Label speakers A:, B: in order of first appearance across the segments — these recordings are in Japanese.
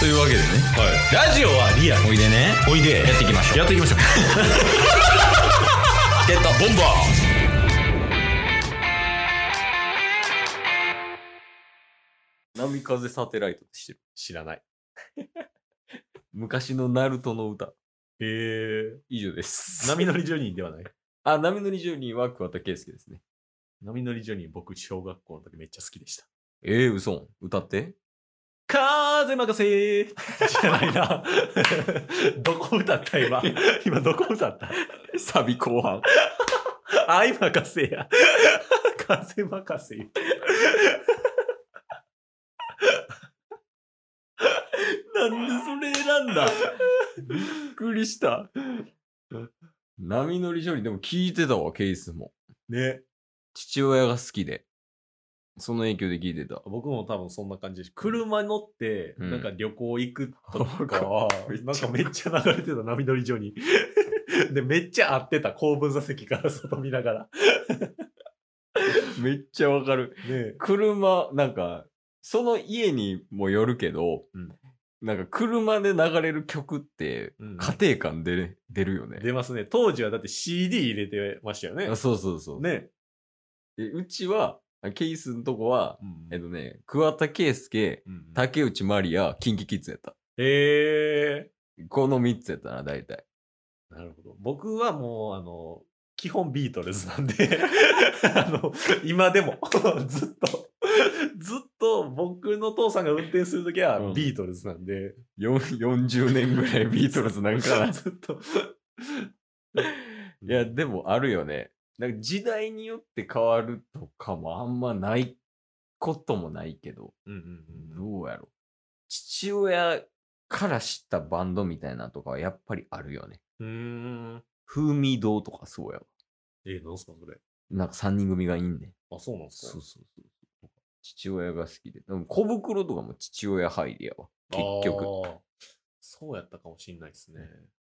A: というわけでね
B: はい。ラジオはリアル。
A: おいでね
B: おいで。
A: やっていきましょう
B: やっていきましょう。
A: ゲットボンバ
B: 波風サテライトって知ってる。
C: 知らない。
B: 昔のナルトの歌。
C: へえ。
B: 以上です。
C: 波乗りジョニーではない。
B: あ、波乗りジョニーは桑田佳祐ですね。
C: 波乗りジョニー、僕、小学校の時めっちゃ好きでした。
B: ええー、嘘。歌って。
C: 風任せーじゃないな。 どこ歌った今。今、どこ歌った
B: サビ後半。
C: あ、今、任せや。風任せ。
B: なんでそれ選んだ びっくりした。波乗りジョニーでも聞いてたわ、ケースも。
C: ね。
B: 父親が好きで。その影響で聞いてた。
C: 僕も多分そんな感じでし車乗って、
B: うん
C: なんか旅行行くとか
B: わ
C: は、なんかめっちゃ流れてた、波乗り場に。 で、めっちゃ合ってた、後部座席から外見なが ら。
B: めっちゃわかる。
C: ね
B: 車、なんか、その家にもよるけど、
C: うん
B: なんか車で流れる曲って、
C: うん
B: 家庭感出る出るよね。
C: 出ますね。当時はだって CD 入れてましたよね
B: あ。そうそうそう。
C: ね。
B: でうちは、ケースのとこは、えっとね、桑田佳祐、
C: うんうん
B: 竹内まりや、キンキキッズやった。
C: え
B: この3つやったな、大体。
C: ー、なるほど。僕はもう、あの、基本ビートルズなん で、あの、今でも、 ずっと、ずっと僕の父さんが運転するとき
B: うん
C: はビートルズなんで、
B: よん40年 ぐらいビートルズなんかな。い
C: ずっと。
B: や、でもあるよね。なんか時代によって変わるとかもあんまないこともないけど、
C: うんうんうん、
B: どうやろう。父親から知ったバンドみたいなとかはやっぱりあるよね。
C: うーん。
B: 風味堂とかそうやわ。
C: えー、なんすかそれ。
B: なんか3人組がいんねん。
C: あ、そうなんですか
B: そうそうそう。父親が好きで。でも小袋とかも父親入りやわ。結局。
C: あー。そうやったかもしんないですね。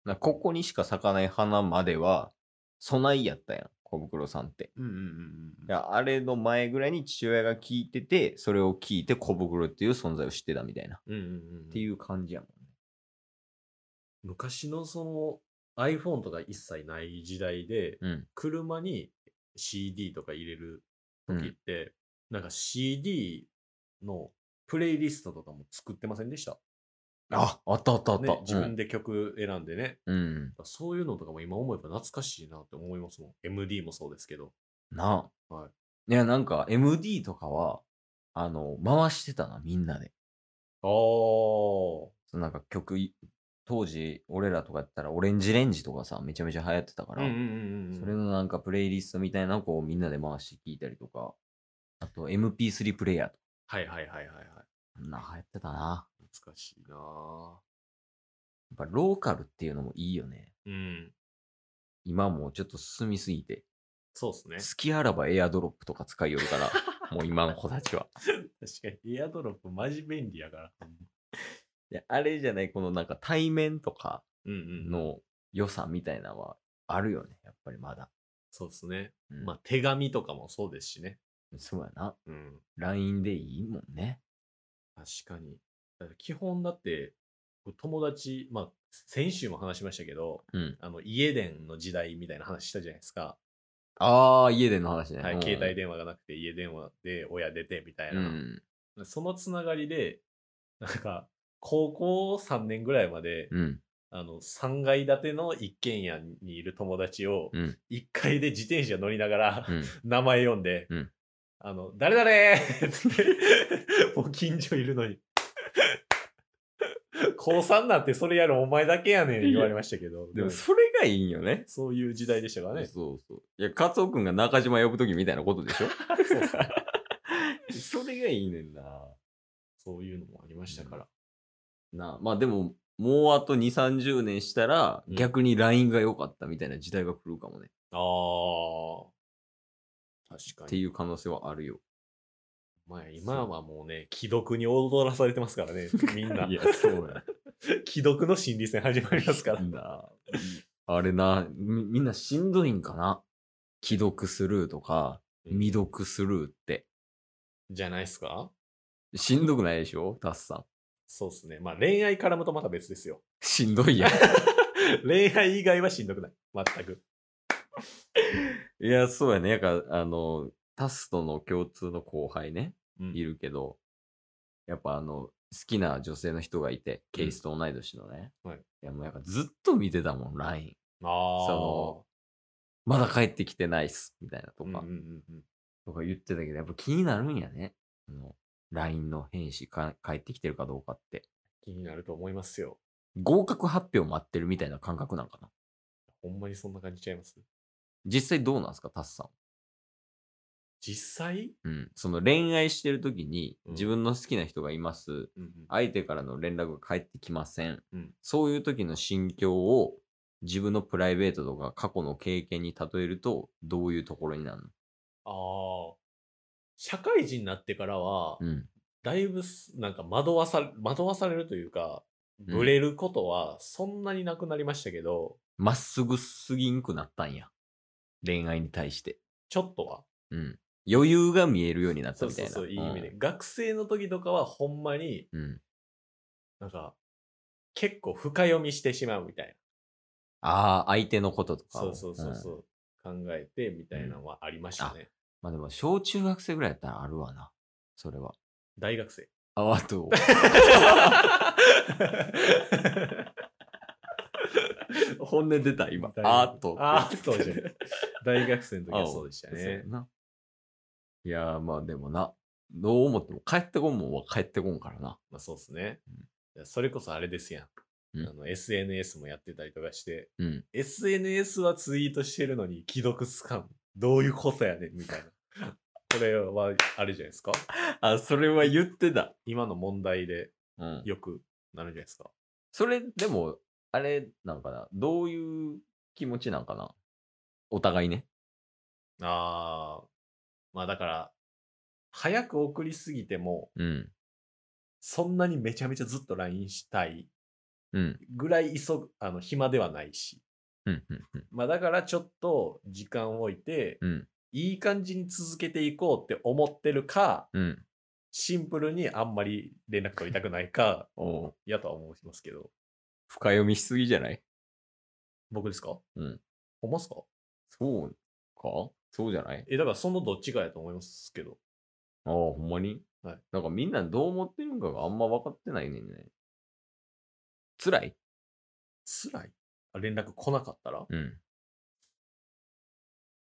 B: なんかここにしか咲かない花までは、備えやったやん、小袋さんって。
C: うんうんうんうん
B: いやあれの前ぐらいに父親が聞いてて、それを聞いて小袋っていう存在を知ってたみたいな。っ
C: うんうんうん。
B: ていう感じやもんね。
C: 昔のその iPhone とか一切ない時代で、
B: うん
C: 車に CD とか入れる
B: う
C: 時っ
B: ん、
C: て、なんか CD のプレイリストとかも作ってませんでした。
B: あ、あったあったあった。
C: ね、自分で曲選んでね、
B: うん、
C: そういうのとかも今思えば懐かしいなって思いますもん。MD もそうですけど。
B: うんなあ。、
C: はい
B: や、なんか MD とかは、あの、回してたな、みんなで。
C: あー。
B: そのなんか曲い、当時、俺らとかやったら、オレンジレンジとかさ、めちゃめちゃ流行ってたから、
C: ん
B: それのなんかプレイリストみたいなのをこうみんなで回して聞いたりとか、あと MP3 プレイヤーとか、
C: はいはいはいはいはい。
B: あんな流行ってたな。
C: 懐かしいなぁ
B: やっぱローカルっていうのもいいよね。
C: うん。
B: 今もうちょっと進みすぎて、
C: そうですね
B: 好。きあらばエアドロップとか使いよる から、もう今の子たちは。
C: 確かに、エアドロップマジ便利やから。
B: いやあれじゃない、このなんか対面とか
C: うんうん。
B: の良さみたいなのはあるよね、やっぱりまだ。
C: そうですね。
B: うん、
C: まあ、手紙とかもそうですしね。
B: そうやな。
C: うん。
B: LINE でいいもんね。
C: 確かに。だから基本だって、友達、まあ、先週も話しましたけど、
B: うん
C: あの、家電の時代みたいな話したじゃないですか。
B: ああ、家での話ね。
C: はい、
B: うん
C: 携帯電話がなくて家電話で親出てみたいうな。
B: ん。
C: そのつながりで、なんか、高校3年ぐらいまで、
B: うん。
C: あの、3階建ての一軒家にいる友達を、
B: うん
C: 1階で自転車乗りながら、
B: うん。
C: 名前読んで、
B: うん
C: あの、誰誰って、もう近所いるのに。高3なんてそれやるお前だけやねん言われましたけど、
B: で
C: でも
B: もそれがいいんよね。
C: そういう時代でしたからね。
B: そうそう。いや、カツオ君が中島呼ぶときみたいなことでしょ それがいいねんな。
C: そういうのもありましたから。
B: なあまあでも、もうあと2、30年したら、
C: うん
B: 逆に LINE が良かったみたいな時代が来るかもね。
C: ああ。確
B: っ
C: か
B: て
C: に。
B: いう可能性はあるよ。
C: まあ、今はもうね、既読に踊らされてます からね、みんな。
B: いや、そうや。
C: 既読の心理戦始まりますから。
B: なああれなみ、みんなしんどいんかな既読スルーとか、未読スルーって。
C: じゃないですか
B: しんどくないでしょタスさん。
C: そうですね。まあ恋愛絡むとまた別ですよ。
B: しんどいやん。
C: 恋愛以外はしんどくない。全く。
B: いや、そうやね。なんか、あの、タスとの共通の後輩ね、
C: うん
B: いるけど、やっぱあの、好きな女性の人がいて、ケイスと同い年のね。
C: はい
B: や、もうやっぱずっと見てたもん、LINE。
C: ああ。
B: そまだ帰ってきてないっす、みたいなと
C: うん
B: か、
C: うんうんうん
B: とか言ってたけど、やっぱ気になるんやね。あの、LINE の返信か、帰ってきてるかどうかって。
C: 気になると思いますよ。
B: 合格発表待ってるみたいな感覚なんかな。
C: ほんまにそんな感じちゃいます
B: 実際どうなんですか、タスさん。
C: 実際、
B: うん。その恋愛してる時に、
C: うん
B: 自分の好きな人がいます。
C: うんうん
B: 相手からの連絡が返ってきません、
C: うん
B: そういう時の心境を自分のプライベートとか過去の経験に例えるとどういうところになるの
C: ああ。社会人になってからは、
B: うん
C: だいぶすなんか惑わさ、惑わされるというか、
B: うん
C: ブレることはそんなになくなりましたけど、
B: まっすぐすぎんくなったんや恋愛に対して、
C: ちょっとは。
B: うん、余裕が見えるようになった
C: そう
B: みた
C: そ
B: いうな
C: そう、いい意味で。学生の時とかはほんまに、
B: うん、うん
C: なんか、結構深読みしてしまうみたいな。
B: ああ相手のこととか
C: そう
B: を
C: そうそうそう。考えてみたいなのはありましたね。
B: まあでも小中学生ぐらいやったらあるわなそれは
C: 大学生。
B: ああ と本音出た今
C: 大学
B: あーっと
C: あーっとじゃない大学生の時はそうでした
B: そうや
C: ね。
B: ないやーまあでもな、どう思っても帰ってこんもんは帰ってこんからな。
C: まあそうっすね。いやそれこそあれですやん。
B: うん
C: あの SNS もやってたりとかして、
B: うん。
C: SNS はツイートしてるのに既読スカン。どういうことやねんみたいな。これはあれじゃないですか。
B: あ、それは言ってた。
C: 今の問題で
B: うん。
C: よくなるんじゃないですか。
B: それ、でも、あれなんかな、どういう気持ちなんかな。お互いね。
C: ああ。まあだから、早く送りすぎても、
B: うん。
C: そんなにめちゃめちゃずっと LINE したい
B: うん。
C: ぐらい急ぐ、あの、暇ではないし。
B: うん。うんうん。
C: まあだからちょっと時間を置いて、
B: うん。
C: いい感じに続けていこうって思ってるか、
B: うん。
C: シンプルにあんまり連絡取りたくないか、
B: おう
C: やとは思いますけど。
B: 深読みしすぎじゃない
C: 僕ですか
B: うん。
C: ほんますか
B: そうかそうじゃない
C: え、だからそのどっちかやと思いますけど。
B: ああ、ほんまに
C: はい。
B: なんかみんなどう思ってるんかがあんま分かってないねんね。辛い
C: 辛いあ連絡来なかったら、
B: うん。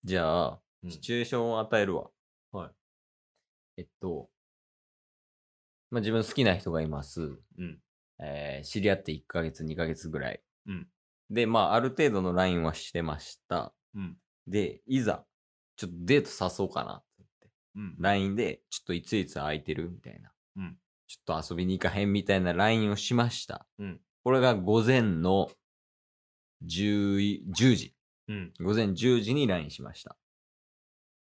B: じゃあ、
C: うん
B: シチュエーションを与えるわ。
C: はい。
B: えっと、まあ、自分好きな人がいます。
C: うん
B: えー知り合って1ヶ月、2ヶ月ぐらい。
C: うん
B: で、まあ、ある程度の LINE はしてました。
C: うん
B: で、いざ、ちょっとデート誘おうかな。
C: うん。
B: LINE で、ちょっといついつ空いてるみたいな。
C: うん
B: ちょっと遊びに行かへんみたいな LINE をしました。
C: うん
B: これが午前の10い10時。
C: うん。
B: 午前10時に LINE しました。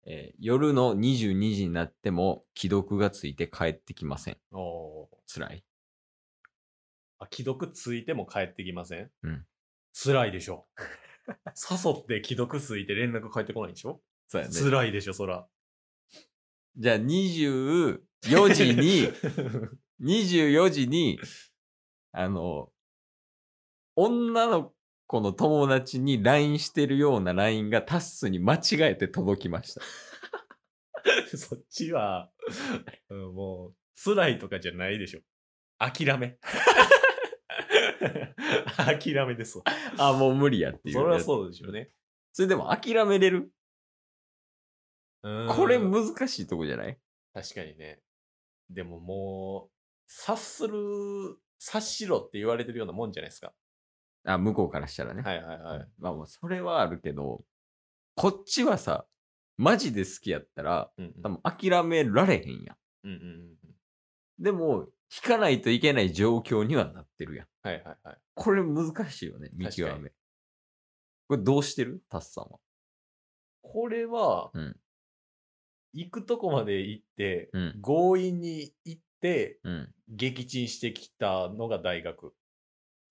B: えー夜の22時になっても既読がついて帰ってきません。
C: おー
B: 辛い。
C: あ、既読ついても帰ってきません
B: うん。
C: 辛いでし ょ。誘って既読ついて連絡返ってこないんでしょ
B: そう
C: 辛いでしょ、そら。
B: じゃあ24 時に、24時に、あの、女の子の友達に LINE してるような LINE がタッスに間違えて届きました。
C: そっちは、うんもう、辛いとかじゃないでしょ。諦 め。諦めですわ。
B: あ、もう無理やっていう。
C: それはそうでしょうね。
B: それでも諦めれるこ
C: こ
B: れ難しいとこじゃない
C: 確かにね。でももう、察する、察しろって言われてるようなもんじゃないですか。
B: あ、向こうからしたらね。
C: はいはいはい。
B: まあもうそれはあるけど、こっちはさ、マジで好きやったら、
C: うん
B: 多分諦められへんや
C: うんうんうんうん。
B: ん。でも、引かないといけない状況にはなってるやん。
C: はいはいはい。
B: これ難しいよね、見極
C: 確か
B: め。これどうしてるタスさんは。
C: これは、
B: うん
C: 行くとこまで行って、
B: うん
C: 強引に行って、
B: うん。
C: 撃沈してきたのが大学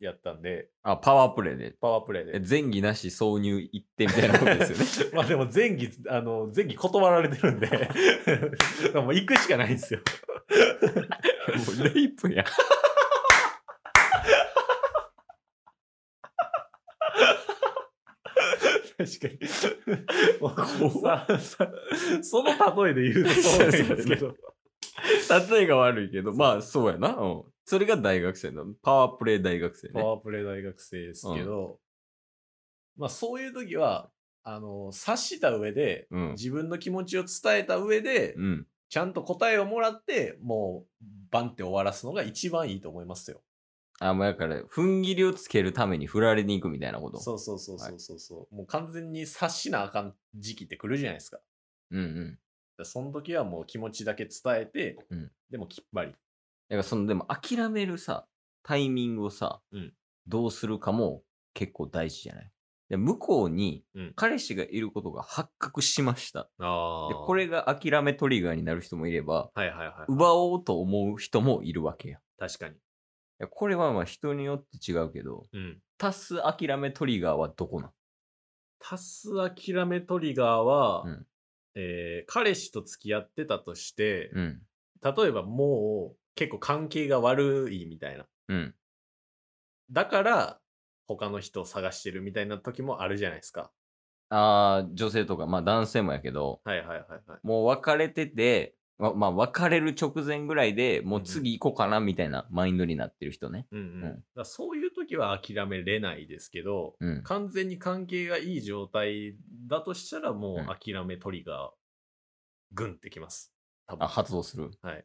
C: やったんで、
B: あ、パワープレイで。
C: パワープレイ
B: え
C: で。
B: 前儀なし挿入行ってみたいなことですよ ね。
C: まあでも前期、あの、前期断られてるんで、 もう行くしかないんですよ。
B: もうレイプやん。
C: 確 かに。ささその例えで言うとそうなんですけど。
B: 例えが悪いけど、まあそうやな。うん。それが大学生の、パワープレイ大学生
C: パ
B: ね。
C: ワープレイ大学生ですけど、まあそういう時は、あの、察した上で、
B: うん。
C: 自分の気持ちを伝えた上で、
B: うん。
C: ちゃんと答えをもらって、もう、バンって終わらすのが一番いいと思いますよ。
B: あ、もうだから、踏ん切りをつけるために振られに行くみたいなこと。
C: そうそうそうそうそうそう、もう完全に察しなあかん時期って来るじゃないですか。だか
B: うんうん。
C: らその時はもう気持ちだけ伝えて、
B: うん
C: でもきっぱり。
B: だからその、でも諦めるさ、タイミングをさ、
C: うん
B: どうするかも結構大事じゃないで向こうに
C: うん
B: 彼氏がいることが発覚しました。
C: あ
B: でこれが諦めトリガーになる人もいれば、
C: はいはいはい。
B: 奪おうと思う人もいるわけや。い
C: 確かに。
B: やこれはまあ人によって違うけど、
C: うん。
B: 足す諦めトリガーはどこなん
C: 足す諦めトリガーは、
B: うん
C: えー彼氏と付き合ってたとして、
B: うん。
C: 例えばもう結構関係が悪いみたいな。
B: うん。
C: だから、他の人を探してるみたいな時もあるじゃないですか。
B: ああ、女性とか、まあ男性もやけど、
C: はいはいはいはい。
B: もう別れてて、ままあ別れる直前ぐらいでもう次行こうかなみたいなマインドになってる人ね。
C: うんうん。
B: うん
C: だからそういう時は諦めれないですけど、
B: うん。
C: 完全に関係がいい状態だとしたらも
B: うん
C: う諦めトリガー、グンってきます。多分
B: あ、発動する。
C: はい。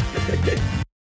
A: す